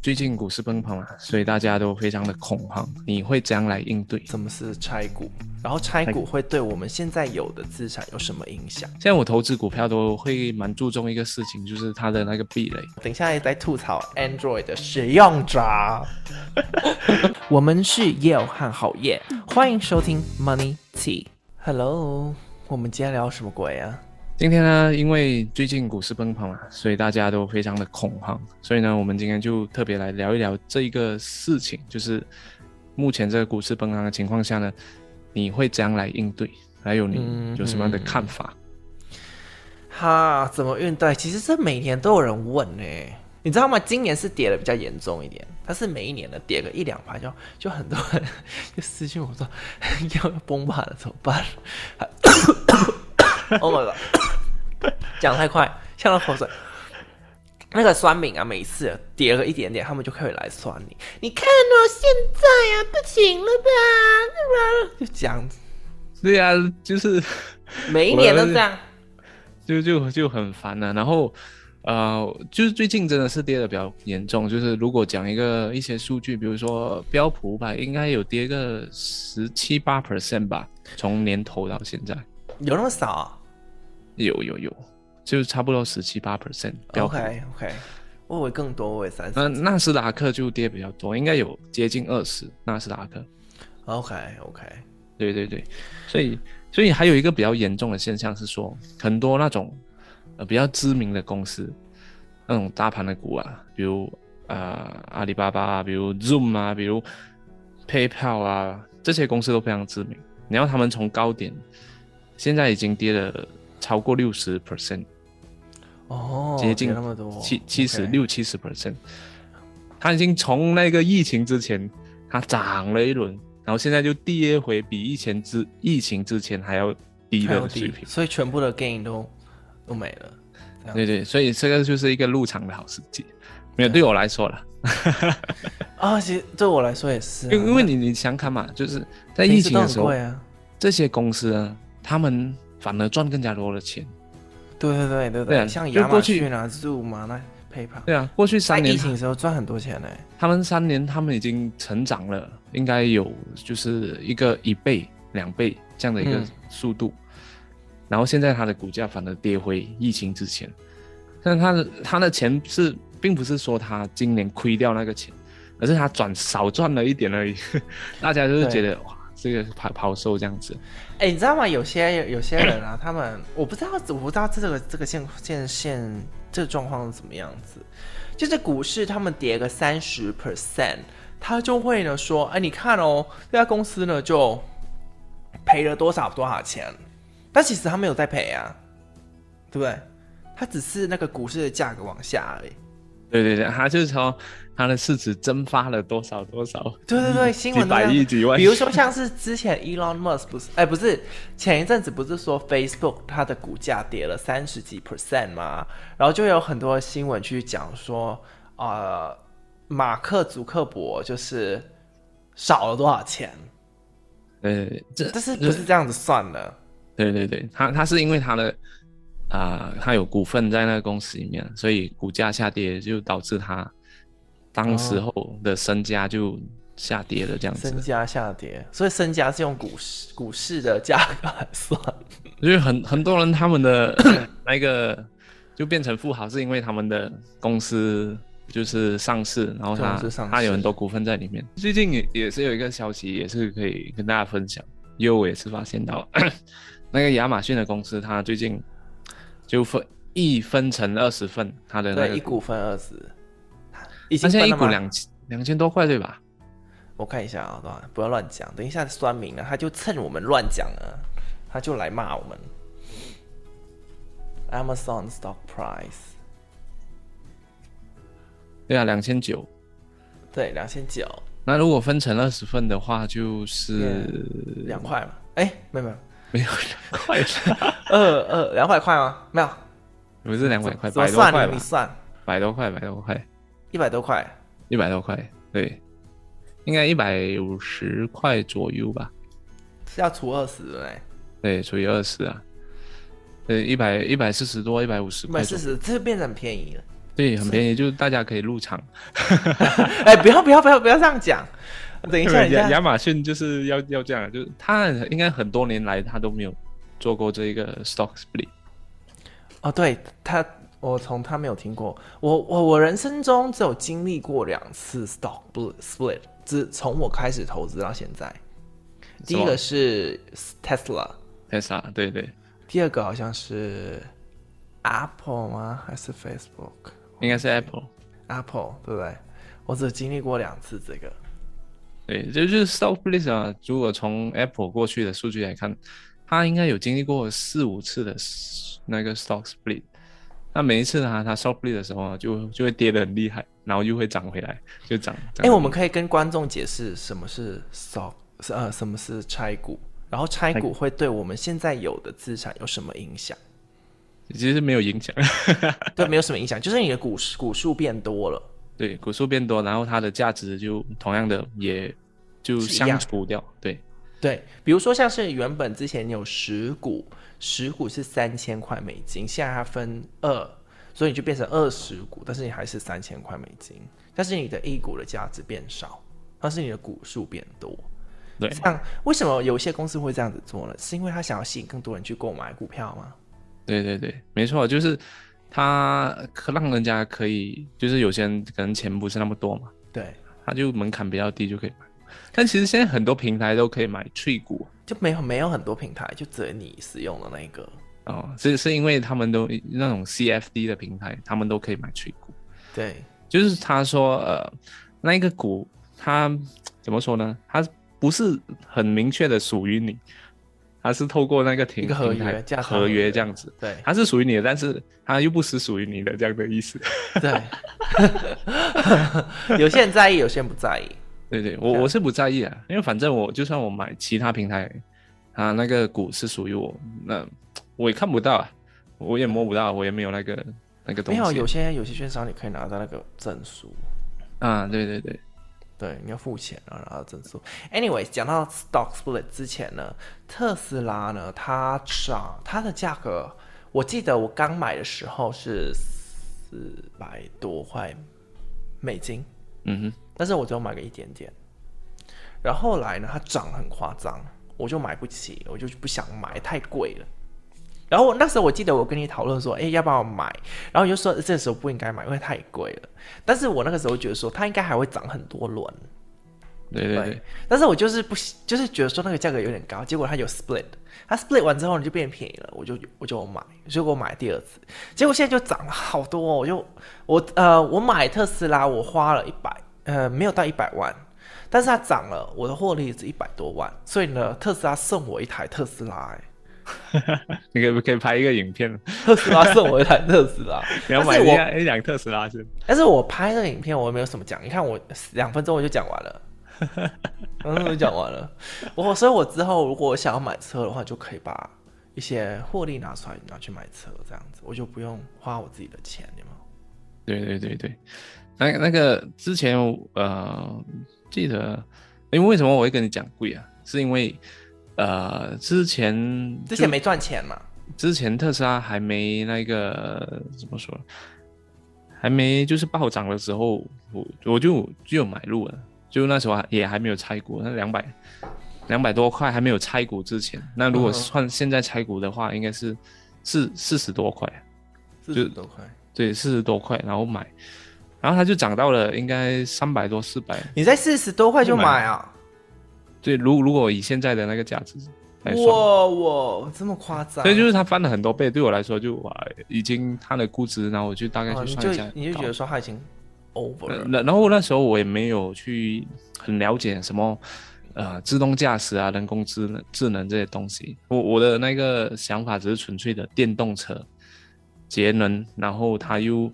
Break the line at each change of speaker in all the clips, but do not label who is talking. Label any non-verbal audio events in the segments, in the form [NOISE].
最近股市崩盘嘛，所以大家都非常的恐慌。你会怎样来应对？
什么是拆股？然后拆股会对我们现在有的资产有什么影响？
现在我投资股票都会蛮注重一个事情，就是它的那个壁垒。
等一下再吐槽 Android 的使用者。 [LAUGHS] 我们是 Yale 和好业，欢迎收听 Money Tea。Hello，我们今天聊什么鬼啊？
今天呢，因为最近股市崩盘嘛，所以大家都非常的恐慌。所以呢，我们今天就特别来聊一聊这一个事情，就是目前这个股市崩盘的情况下呢，你会怎样来应对？还有你有什么样的看法？
哈，怎么应对？其实这每年都有人问呢、你知道吗？今年是跌的比较严重一点，它是每一年的跌个一两排就就很多人就私信我说 [LAUGHS] 要崩盘了怎么办 [COUGHS] ？Oh my god！讲太快，呛到口水。那个酸敏啊，每次跌了一点点，他们就可以来酸你。你看哦，现在啊，不行了吧？就这样子，
对呀、就是
每一年都这样。
就就就很烦了、然后，呃，就是最近真的是跌的比较严重。就是如果讲一个一些数据，比如说标普五百，应该有跌个十七八 percent 吧，从年头到现在，
有那么少、啊、
有有有，就差不多十七八 percent。标普，
？OK OK，我以为更多，我以为三十。
那纳斯达克就跌比较多，应该有接近二十。纳斯达克，
OK OK，
对对对，所以所以还有一个比较严重的现象是说，很多那种呃比较知名的公司，那种大盘的股啊，比如呃阿里巴巴啊，比如 Zoom 啊，比如 PayPal 啊，这些公司都非常知名。你要他们从高点，现在已经跌了超过六十 percent，
哦，
接近
那么多，
七七十
OK
六七十 percent，它已经从那个疫情之前，它涨了一轮，然后现在就跌回比疫情之疫情之前还要低
还有
的
底
水平。
所以全部的 gain 都都没了。
对对，所以这个就是一个入场的好时机。没有，对我来说了，
啊、其实对我来说也是、啊，
因因为你你想看嘛，就是在
平
疫
时
情
都
的
很
时候，
贵啊，
这些公司呢，他们反而赚更加多的钱。
对对对对
对啊
像
就
亚马
过去
逊啊、Zoom 啊、那 PayPal，
对啊，过去
在
三
疫
年，
情的时候赚很多钱呢、
他们三年他们已经成长了，应该有就是一个一倍、两倍这样的一个
嗯
速度。然后现在它的股价反而跌回疫情之前，但它的它的钱是并不是说它今年亏掉那个钱，而是它转少赚了一点而已。 [LAUGHS] 大家就是觉得哇，这个跑跑售这样子。
哎、你知道吗？有些有些人啊，他们我不知道，我不知道这个这个现现现这个状况是怎么样子。就是股市他们跌个三十 percent，他就会呢说，哎、你看哦，这家公司呢就赔了多少多少钱，但其实他没有在赔啊，对不对？他只是那个股市的价格往下而已。
对对对，它就是说它的市值蒸发了多少多少，
对对对，新闻
嗯几
都这
百
样
亿几万亿
比如说像是之前 Elon Musk 不是，哎，不是前一阵子不是说 Facebook 它的股价跌了三十几 percent 吗？然后就有很多新闻去讲说，呃，马克·祖克伯就是少了多少钱，
对对对，这
但是不是这样子算的？
对对对，他他是因为他的啊、他有股份在那个公司里面，所以股价下跌就导致他当时候的身家就下跌了这样子，
身家下跌，所以身家是用股市股市的价格来算。
就是很很多人他们的 [COUGHS] 那个就变成富豪，是因为他们的公司就是上市，然后他
公司上市
他有很多股份在里面。最近也也是有一个消息，也是可以跟大家分享，因为我也是发现到 [COUGHS] 那个亚马逊的公司，它最近就分一分成二十份，它的那
对，一
个
股份二十，已
它现在
经分
一
了
股
吗？
两千两千多块对吧？
我看一下啊，等一下不要乱讲，等一下酸民啊，他就趁我们乱讲啊，他就来骂我们。Amazon stock price
对啊，两千九。
对两千九
那如果分成二十份的话，就是
两块嘛？哎、没有没有，
没有两块
[LAUGHS]
了，
二二两百块吗？没有，
不是两百块，
怎么
百多
算
块
你
吧
你？算
百多块，百多块，
一百多块，
一百多块，对，应该一百五十块左右吧？
是要除二十嘞，
对，除以二十啊，对，一百一百四十多，一百五十
一百
块左
四
右，
十，这变得很便宜了。 [LAUGHS]
对，很便宜，就是大家可以入场。
哎，不要不要不要不要这样讲，等
[LAUGHS]
一下人
亚
家
亚马逊就是要要这样，啊就是他应该很多年来他都没有做过这一个 stock split。
哦，对他，我从他没有听过，我我我人生中只有经历过两次 stock bl- split，自从我开始投资到现在，第一个是 Tesla，
Tesla，对对，
第二个好像是 Apple 吗？还是 Facebook？
应该是 Apple。
Apple 对不对？我只经历过两次这个，
对，就是 stock split 啊。如果从 Apple 过去的数据来看，它应该有经历过四五次的 s- 那个 stock split。那每一次呢，它 stock split 的时候啊，就就会跌得很厉害，然后又会涨回来，就涨。涨
哎，
得
我们可以跟观众解释什么是 stock，是呃，什么是拆股，然后拆股会对我们现在有的资产有什么影响？
其实没有影响。
对，没有什么影响，就是你的股市股数变多了，
对，股数变多，然后它的价值就同样的也就是
一样
相除掉。对，
对，比如说像是原本之前你有十股，十股是三千块美金，现在它分二，所以你就变成二十股，但是你还是三千块美金，但是你的一股的价值变少，但是你的股数变多。
对
像为什么有一些公司会这样子做呢？是因为他想要吸引更多人去购买股票吗？
对对对，没错，就是它可让人家可以，就是有些人可能钱不是那么多嘛，
对，
它就门槛比较低就可以买。但其实现在很多平台都可以买脆股
就没有没有很多平台，就只有你使用的那一个。
哦，是是因为他们都那种 CFD 的平台，他们都可以买脆股。
对，
就是他说呃，那一个股它怎么说呢？它不是很明确的属于你，它是透过那个平
一个合约
平台
价差合约
合约这样子，
对， [LAUGHS]
它是属于你的，但是它又不是属于你的这样的意思。
对，有些人在意，有些人不在意。
对对，我
嗯
我是不在意啊，因为反正我就算我买其他平台，啊那个股是属于我，那我也看不到啊，我也摸不到，我也没有那个那个东
没
西。
有，有些有些券商你可以拿到那个证书，
啊，对对对，
对，你要付钱然后拿到证书。Anyway，讲到 stock split 之前呢，特斯拉呢，它涨，它的价格，我记得我刚买的时候是四百多块美金，
嗯哼，
但是我只有买个一点点。然后后来呢，它涨得很夸张，我就买不起，我就不想买，太贵了。然后那时候我记得我跟你讨论说，哎，要不要买？然后你就说这时候不应该买，因为太贵了。但是我那个时候觉得说，它应该还会涨很多轮，
对对对，
但是我就是不喜，就是觉得说那个价格有点高，结果它有 split，它 split 完之后你就变便宜了，我就我就买，所以我买第二次，结果现在就涨了好多、哦，我就我呃我买特斯拉我花了一百呃没有到一百万，但是它涨了，我的获利是一百多万，所以呢特斯拉送我一台特斯拉、哎
你可以可以拍一个影片，，
特斯拉送我一台特斯拉
[LAUGHS] 你要买
但
一
是我
辆一辆特斯拉是？
但是我拍的影片我也没有什么讲，你看我两分钟我就讲完
[LAUGHS]
了，两分钟就讲完了。我所以，我之后如果我想要买车的话，就可以把一些获利拿出来拿去买车，这样子我就不用花我自己的钱，有没有？
对对对对，那那个之前呃记得，因为为什么我会跟你讲贵啊？是因为呃之前
之
就
前没赚钱嘛，
之前特斯拉还没那个怎么说，还没就是暴涨的时候，我我就就有买入了，就那时候还也还没有拆股，那两百两百多块还没有拆股之前，那如果
嗯哼
算现在拆股的话，应该是四四十多块，
四十多块。
对，四十多块，然后买，然后它就涨到了应该三百多四百，
你在四十多块就
就买
买啊？
对，如如果以现在的那个价值来算。
哇哇，这么夸张？
所以就是它翻了很多倍，对我来说就哇，已经它的估值，然后我就大概
哦
去
你
算
就
一下，
你就觉
搞
得说他已经 over 了，
然然后呃那时候我也没有去很了解什么，呃，自动驾驶啊、人工智能、智能这些东西。我我的那个想法只是纯粹的电动车，节能，然后它又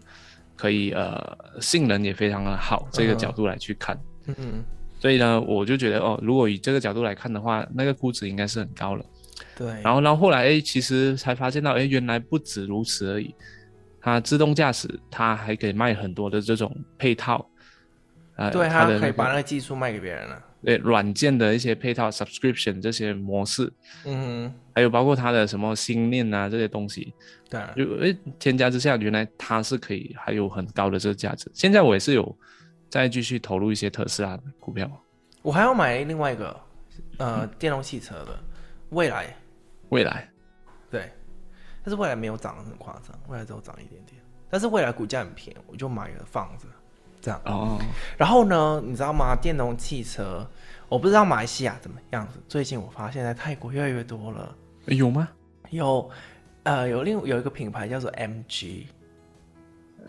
可以呃，性能也非常的好，这个
嗯
角度来去看。
嗯，
所以呢，我就觉得哦，如果以这个角度来看的话，那个估值应该是很高了。
对，
然后，然后后来，哎，其实才发现到，哎，原来不止如此而已。它自动驾驶，它还可以卖很多的这种配套，啊、
对
它
他
的
可
那
以
个
把那个技术卖给别人了，
呃软件的一些配套 subscription 这些模式，
嗯
还有包括它的什么星链啊这些东西，
哼，对，啊
就诶添加之下，原来它是可以还有很高的这个价值。现在我也是有再继续投入一些特斯拉的股票，
我还要买另外一个呃电动汽车的，未来
未来
对，但是未来没有涨得很夸张，未来只有涨一点点，但是未来股价很便宜，我就买了放着，这样。
哦，
然后呢，你知道吗？电动汽车，我不知道马来西亚怎么样子。最近我发现，在泰国越来越多了，
诶有吗
有，呃，有另有一个品牌叫做 MG，MG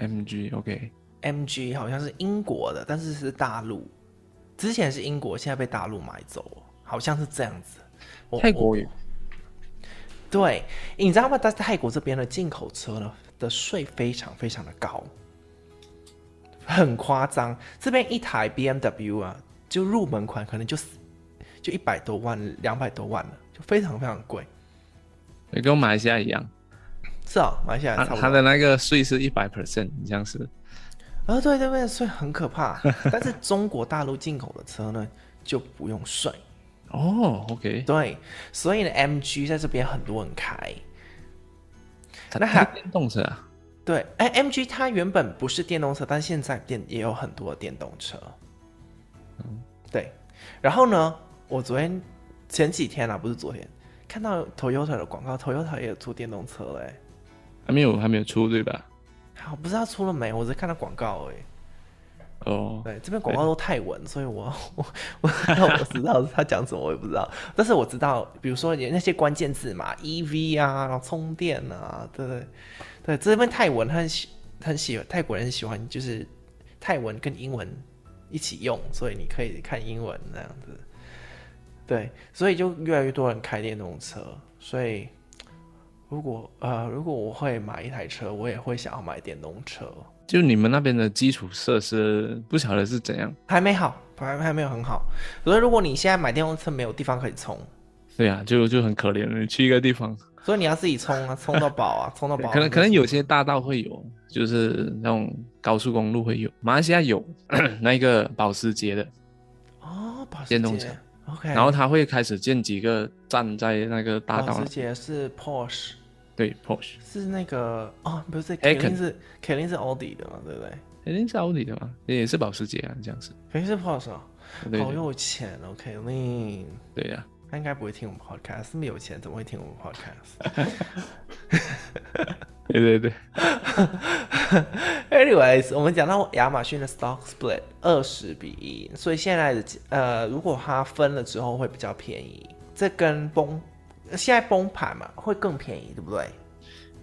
？MG OK，
好像是英国的，但是是大陆，之前是英国，现在被大陆买走了，好像是这样子。我
泰国
我对，你知道吗？在泰国这边的进口车呢的税非常非常的高，很夸张。这边一台 BMW 啊，就入门款可能就就一百多万、两百多万了，就非常非常贵。
也跟马来西亚一样，
是啊、马来西亚
它
也差不
它
多。
的那个税是一百 percent，好像是
啊、对对对，税很可怕。但是中国大陆进口的车呢，就不用税。
哦 OK，
对，所以呢，MG 在这边很多人开。
它
那
它
还
是电动车啊，
对，哎，MG 它原本不是电动车，但现在电也有很多电动车。对。然后呢，我昨天前几天啊，不是昨天，看到 Toyota 的广告，Toyota 也有出电动车嘞、
还没有还没有出对吧？
好，不知道出了没，我只是看到广告而已。
哦，
对，这边广告都泰文，所以我我我我知道他讲什么，我也不知道。但是我知道，比如说有那些关键字嘛，EV 啊，然后充电啊，对不对？对，这边泰文很喜很喜泰国人很喜欢就是泰文跟英文一起用，所以你可以看英文这样子。对，所以就越来越多人开电动车，所以。如果呃，如果我会买一台车，我也会想要买电动车。
就你们那边的基础设施不晓得是怎样。
还没好，还还没有很好。所以如果你现在买电动车没有地方可以充，
对啊，就就很可怜了。你去一个地方，
所以你要自己充
[LAUGHS]
啊，充到饱啊，充到饱啊、
可能可能有些大道会有，就是那种高速公路会有。马来西亚有 [COUGHS] 那一个保时捷的，
哦，保时捷
电动车
，OK，
然后他会开始建几个站在那个大道
保
上
时。捷是 Porsche，
对，Porsche
是那个哦，不是
Aiken
肯定是肯定是奥迪的嘛，对不对？
肯定是奥迪的嘛，也是保时捷啊，这样子。
肯定是 Porsche，、哦、
对
好有钱哦，肯定。
对啊呀、
他应该不会听我们 podcast，这么有钱怎么会听我们 podcast
啊，对对对，
[LAUGHS] ？Anyways，我们讲到亚马逊的 stock split 二十比一，所以现在的呃，如果它分了之后会比较便宜，这跟崩现在崩盘嘛会更便宜，对不对？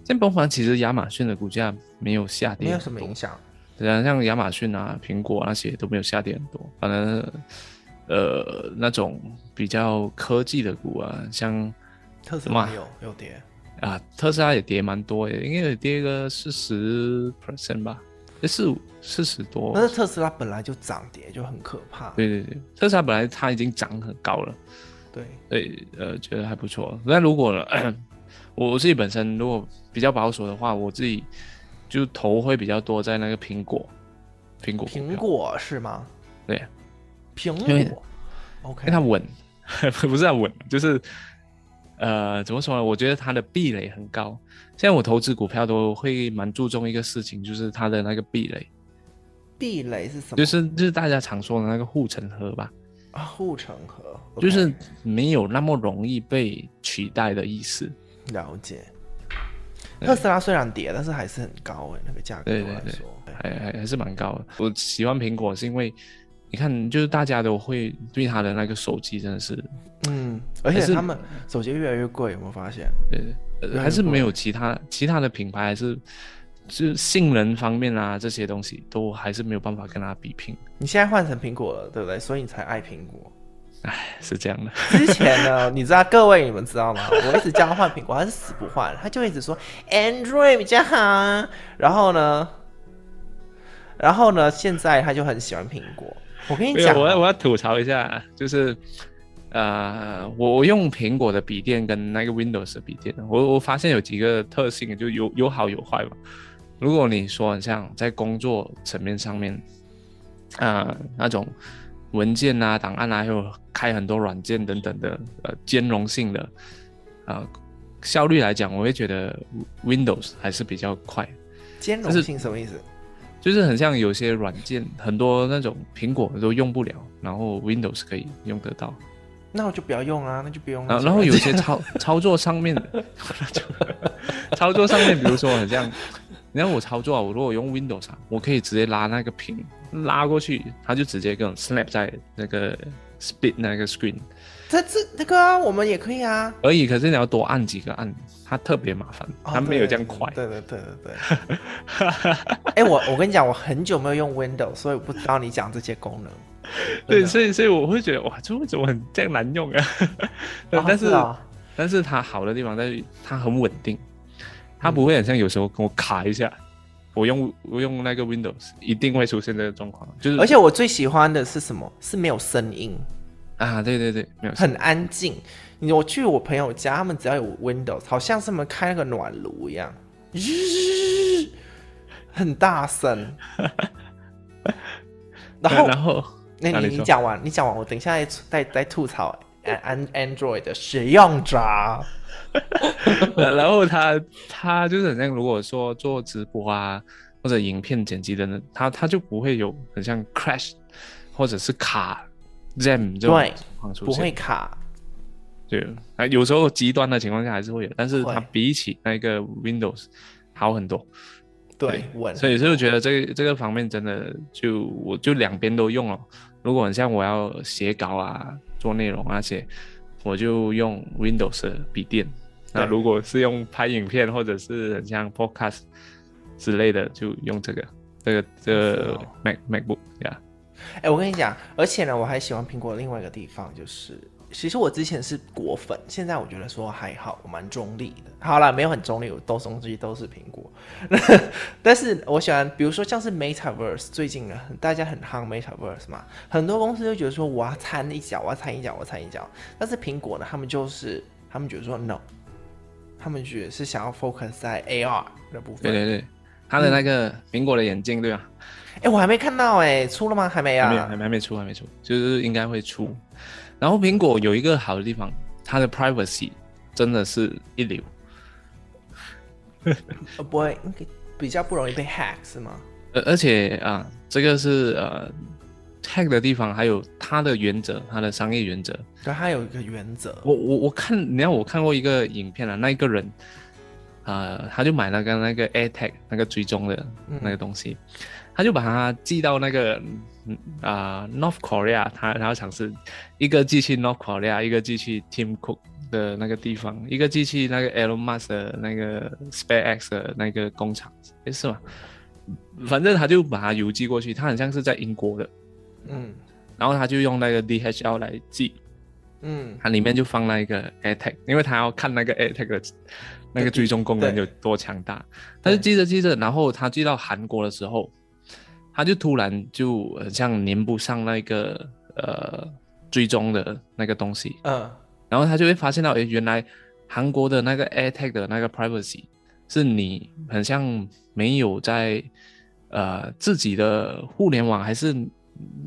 现在崩盘其实亚马逊的股价没有下跌，
没有什么影响。
对啊，像亚马逊啊、苹果那些都没有下跌很多，反正呃那种比较科技的股啊，像
特斯
什
拉
么
有有跌，
啊特斯拉也跌蛮多耶，应该有跌个四十 percent 吧，四五四十多。
但是特斯拉本来就涨跌就很可怕。
对对对，特斯拉本来它已经涨很高了，
对
所以呃觉得还不错。那如果我我自己本身如果比较保守的话，我自己就投会比较多在那个苹果，苹果股
苹
票
果是吗？
啊对。因为
苹果
因为
，OK，
它稳， [LAUGHS] 不是它稳，就是呃，怎么说呢？我觉得它的壁垒很高。现在我投资股票都会蛮注重一个事情，就是它的那个壁垒，
避雷是什么？
就是就是大家常说的那个护城河吧，
啊，护城河，OK，
就是没有那么容易被取代的意思。
了解。特斯拉虽然跌，但是还是很高哎，那个价格
对
对我来
对
说，
还还还是蛮高的。我喜欢苹果是因为，你看，就是大家都会对它的那个手机真的是，
嗯，而
还
且
是
他们手机越来越贵，有没有发现？
对对
对
呃，还是没有其他其他的品牌还是，就是性能方面啊这些东西都还是没有办法跟它比拼， [LAUGHS]
你现在换成苹果了，对不对？所以你才爱苹果。
是这样的。
之前呢，你知道各位你们知道吗？我一直叫他换苹果，他是死不换，他就一直说 Android 比较好啊。然后呢，然后呢，现在他就很喜欢苹果。我跟你
没
讲
有，
啊，
我要我要吐槽一下，就是。呃，我我用苹果的笔电跟那个 Windows 的笔电，我我发现有几个特性，就有有好有坏吧。如呃果你说很像在工作层面上面，啊、那种文件啊、档案啊，还有开很多软件等等的呃兼容性的啊、呃效率来讲，我会觉得 Windows 还是比较快。
兼容性什么意思？
就是很像有些软件，很多那种苹果都用不了，然后 Windows 可以用得到。
那我就不要用啊，那就不用
然
了。
后然后有些操 [LAUGHS] 操作上面的， [LAUGHS] 操作上面，比如说很像，你看我操作啊，我如果用 Windows 啊，我可以直接拉那个屏拉过去，它就直接跟 snap 在那个 split 那个 screen
这这那个啊，我们也可以啊。
而已。可是你要多按几个按，它特别麻烦，
哦
它没有
对
这样快。
对对对对对。
[LAUGHS]
哎、我我跟你讲，我很久没有用 Windows，所以我不知道你讲这些功能。
对，
真的
所以所以我会觉得哇，这为什么很这样难用啊？ [LAUGHS] 对
哦
但是、
哦
但是它好的地方在于它很稳定，
嗯
它不会很像有时候跟我卡一下。我用我用那个 Windows 一定会出现这个状况，就是
而且我最喜欢的是什么？是没有声音，
啊，对对对，没有事。
很安静。你我去我朋友家，他们只要有 Windows，好像是他们开那个暖炉一样， [LAUGHS] 嘘很大声。
[LAUGHS]
然后
对 [LAUGHS] 然后
那
啊
你
你
你
说
讲完，你讲完，我等一下再再再吐槽安安 Android 的使用者。
然然后他他就是很像，如果说做直播啊或者影片剪辑的人，他他就不会有很像 crash 或者是卡 jam 这种
对
情况出
不
现。
会卡。
对，啊，有时候极端的情况下还是会有，但是它
会
比起那个 Windows 好很多。
对，稳。
所以就觉得这个这个方面真的就我就两边都用了。如果很像我要写稿啊、做内容那些，我就用 Windows 的笔电。那
对
如果是用拍影片或者是很像 Podcast 之类的，就用这个这个这
是
个
哦
Mac MacBook 呀、
哎、我跟你讲，而且呢，我还喜欢苹果的另外一个地方就是，其实我之前是果粉，现在我觉得说还好，我蛮中立的。好啦，没有很中立，我都中立都是苹果。 [LAUGHS] 但是我喜欢，比如说像是 Metaverse，最近呢，大家很夯 Metaverse 嘛，很多公司就觉得说我要掺一脚，我要掺一脚，我要掺一脚。但是苹果呢，他们就是他们觉得说 no，他们觉得是想要 focus 在 AR 的部
对
分。
对对，它的那个苹果的眼镜对吧？
哎、我还没看到哎、出了吗？还没啊，
还没有，还没还没出，还没出，就是应该会出。然后苹果有一个好的地方，它的 privacy 真的是一流。
呃，不会，应该比较不容易被 hack 是吗？
而而且啊，这个是呃 tag 的地方，还有它的原则，它的商业原则。
对，它有一个原则，
我我我看，你看我看过一个影片啊，那一个人，呃，他就买那个那个 air tag 那个追踪的那个东西，他就把它寄到那个嗯啊、North Korea，他他要尝试一个寄去 North Korea，一个寄去 Tim Cook 的那个地方，一个寄去那个 Elon Musk 的那个 SpaceX 的那个工厂，诶是吗？反正他就把它邮寄过去，他很像是在英国的，
嗯
然后他就用那个 DHL 来寄，
嗯，
它里面就放那一个 AirTag，因为它要看那个 AirTag 的那个追踪功能
对
有多强大。但是记着记着，然后它寄到韩国的时候，它就突然就很像粘不上那个呃追踪的那个东西，
嗯，
然后他就会发现到，诶，原来韩国的那个 AirTag 的那个 privacy 是你很像没有在呃自己的互联网还是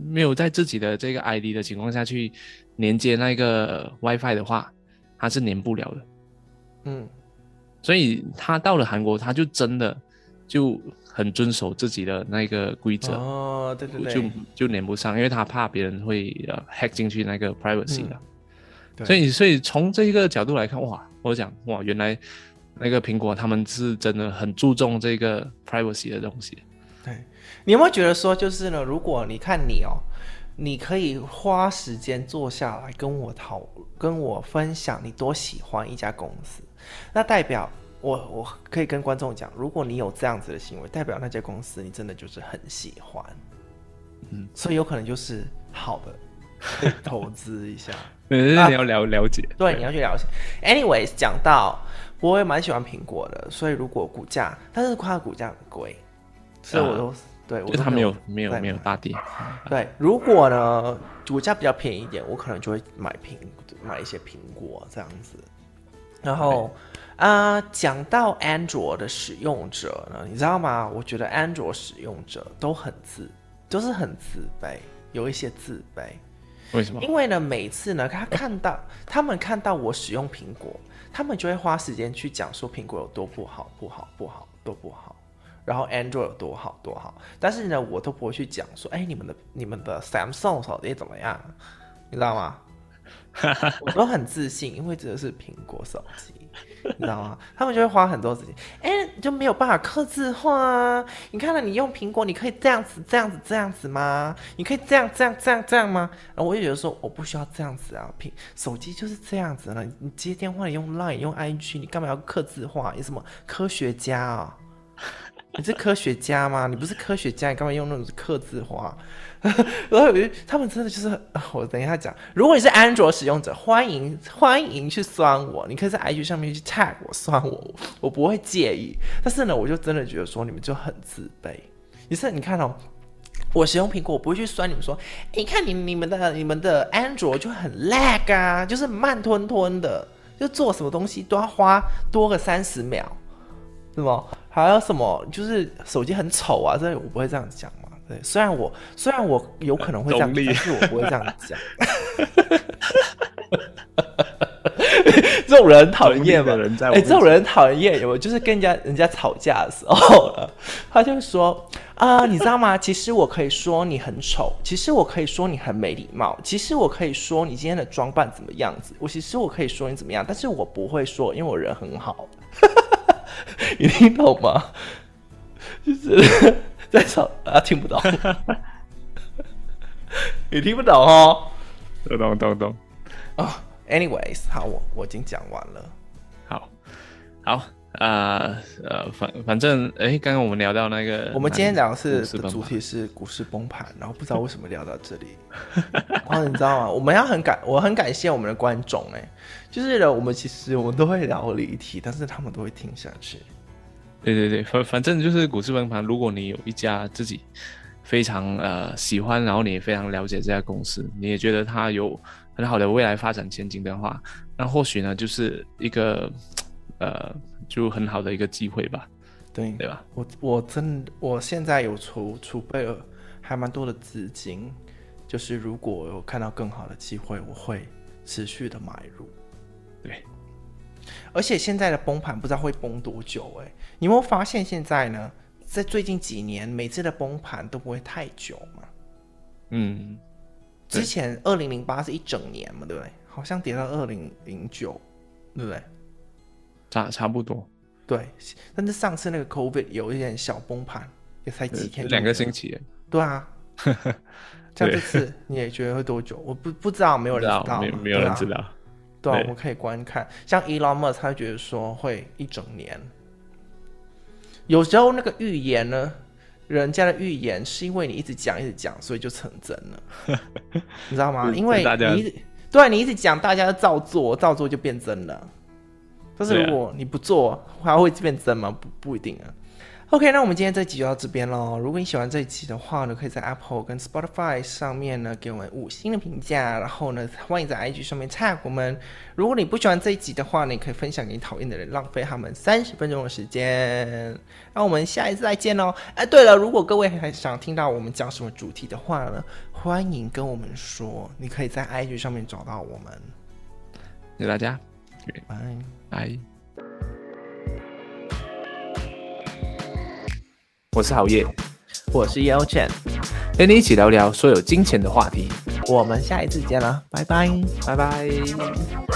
没有在自己的这个 ID 的情况下去连接那个 WiFi 的话，它是连不了的。
嗯，
所以他到了韩国，他就真的就很遵守自己的那个规则。
哦，对对
就
对，
就连不上，因为他怕别人会呃 hack 进去那个 privacy 的、
嗯对
所以所以从这个角度来看，哇，我讲哇，原来那个苹果他们是真的很注重这个 privacy 的东西。
对，你有没有觉得说，就是呢，如果你看你哦，你可以花时间坐下来跟我讨，跟我分享你多喜欢一家公司，那代表。我我可以跟观众讲，如果你有这样子的行为，代表那家公司你真的就是很喜欢，嗯，所以有可能就是好的，可 [LAUGHS] 以投资一下。
嗯，
啊
你要了了解，
对，你要去了解。Anyways，讲到我也蛮喜欢苹果的，所以如果股价，但是它的股价很贵，所以我都、对
啊
我
就是
都
他没有没有
在
没有
买
大跌，
对。如果呢股价比较便宜一点，我可能就会买苹买一些苹果这样子。然后啊、讲到安卓的使用者呢，你知道吗？我觉得安卓使用者都很自，就是很自卑。有一些自卑。
为什么？
因为呢，每次呢，他看到 [LAUGHS] 他们看到我使用苹果，他们就会花时间去讲说苹果有多不好，不好，不好，多不好，然后 Android 有多好，多好。但是呢，我都不会去讲说，哎，你们的你们的 Samsung 手机怎么样？你知道吗？
[LAUGHS]
我都很自信，因为这是苹果手机，你知道吗？他们就会花很多时间，哎、就没有办法克制化啊！你看到你用苹果，你可以这样子、这样子、这样子吗？你可以这样、这样、这样、这样吗？然后我就觉得说，我不需要这样子啊，苹手机就是这样子了。你你接电话，你用 Line，你用 IG，你干嘛要克制化？你什么科学家啊、你是科学家吗？你不是科学家，你干嘛用那种刻字化？然后我就他们真的就是，啊我等一下讲。如果你是安卓使用者，欢迎欢迎去酸我，你可以在 IG 上面去 tag 我酸我，我不会介意。但是呢，我就真的觉得说你们就很自卑。你是你看哦，我使用苹果，我不会去酸你们说，诶你看你你们的你们的安卓就很 lag 啊，就是慢吞吞的，就做什么东西都要花多个三十秒。是吗？还有什么？就是手机很丑啊，这我不会这样讲嘛。对，虽然我虽然我有可能会这样，
懂你
但是我不会这样讲。 [LAUGHS] 这种人很讨厌嘛
中立的人在我
哎、
面
这
前
种人很讨厌有没有？就是跟人家人家吵架的时候 [LAUGHS] 呢，他就说啊、你知道吗？其实我可以说你很丑，其实我可以说你很没礼貌，其实我可以说你今天的装扮怎么样子，我其实我可以说你怎么样，但是我不会说，因为我人很好。 [LAUGHS] 你听懂吗？就是在吵，啊，听
[LAUGHS]
不懂，你听不懂哦。
懂懂懂。
啊、a n y w a y s 好，我我已经讲完了。
好，好，呃呃，反反正，哎，刚刚我们聊到那个，
我们今天讲的是
股市
的
崩
主
盘
题是股市崩盘，然后不知道为什么聊到这里。 [LAUGHS] 然后你知道吗？我们要很感，我很感谢我们的观众哎、就是呢，我们其实我们都会聊离题，但是他们都会听下去。
对对对，反反正就是股市崩盘。如果你有一家自己非常呃喜欢，然后你也非常了解这家公司，你也觉得它有很好的未来发展前景的话，那或许呢就是一个呃就很好的一个机会吧，
对，
对吧？
我我真我现在有储储备了还蛮多的资金，就是如果有看到更好的机会，我会持续的买入。
对，
而且现在的崩盘不知道会崩多久哎、你有没有发现现在呢，在最近几年每次的崩盘都不会太久嘛？
嗯，对
之前二零零八是一整年嘛，对不对？好像跌到二零零九，对不对？
差差不多，
对，但是上次那个 COVID 有一点小崩盘，也才几天，
两个星。期耶，[LAUGHS]
对啊，像这次你也觉得会多久？我不不知道，没有
不知
人
道
知道嘛，
没有没有人知
对啊。
道，
对啊，
对
我们可以观看。像 Elon Musk，他觉得说会一整年。有时候那个预言呢，人家的预言是因为你一直讲一直讲，所以就成真了，
[LAUGHS]
你知道吗？
是
因为
大家
你一直对啊你一直讲，大家都照做，照做就变真了。但是
对啊
如果你不做，它会变真吗？不不一定啊。OK，那我们今天这集就到这边喽。如果你喜欢这一集的话呢，可以在 Apple 跟 Spotify 上面呢给我们五星的评价，然后呢，欢迎在 IG 上面 tag 我们。如果你不喜欢这一集的话呢，你可以分享给你讨厌的人，浪费他们三十分钟的时间。那我们下一次再见喽。哎，对了，如果各位还想听到我们讲什么主题的话呢，欢迎跟我们说，你可以在 IG 上面找到我们。
谢谢大家，
拜。
拜。我是郝烨，
我是 Yao Chen，
陪你一起聊聊所有金钱的话题。
我们下一次见了，拜拜。
拜拜。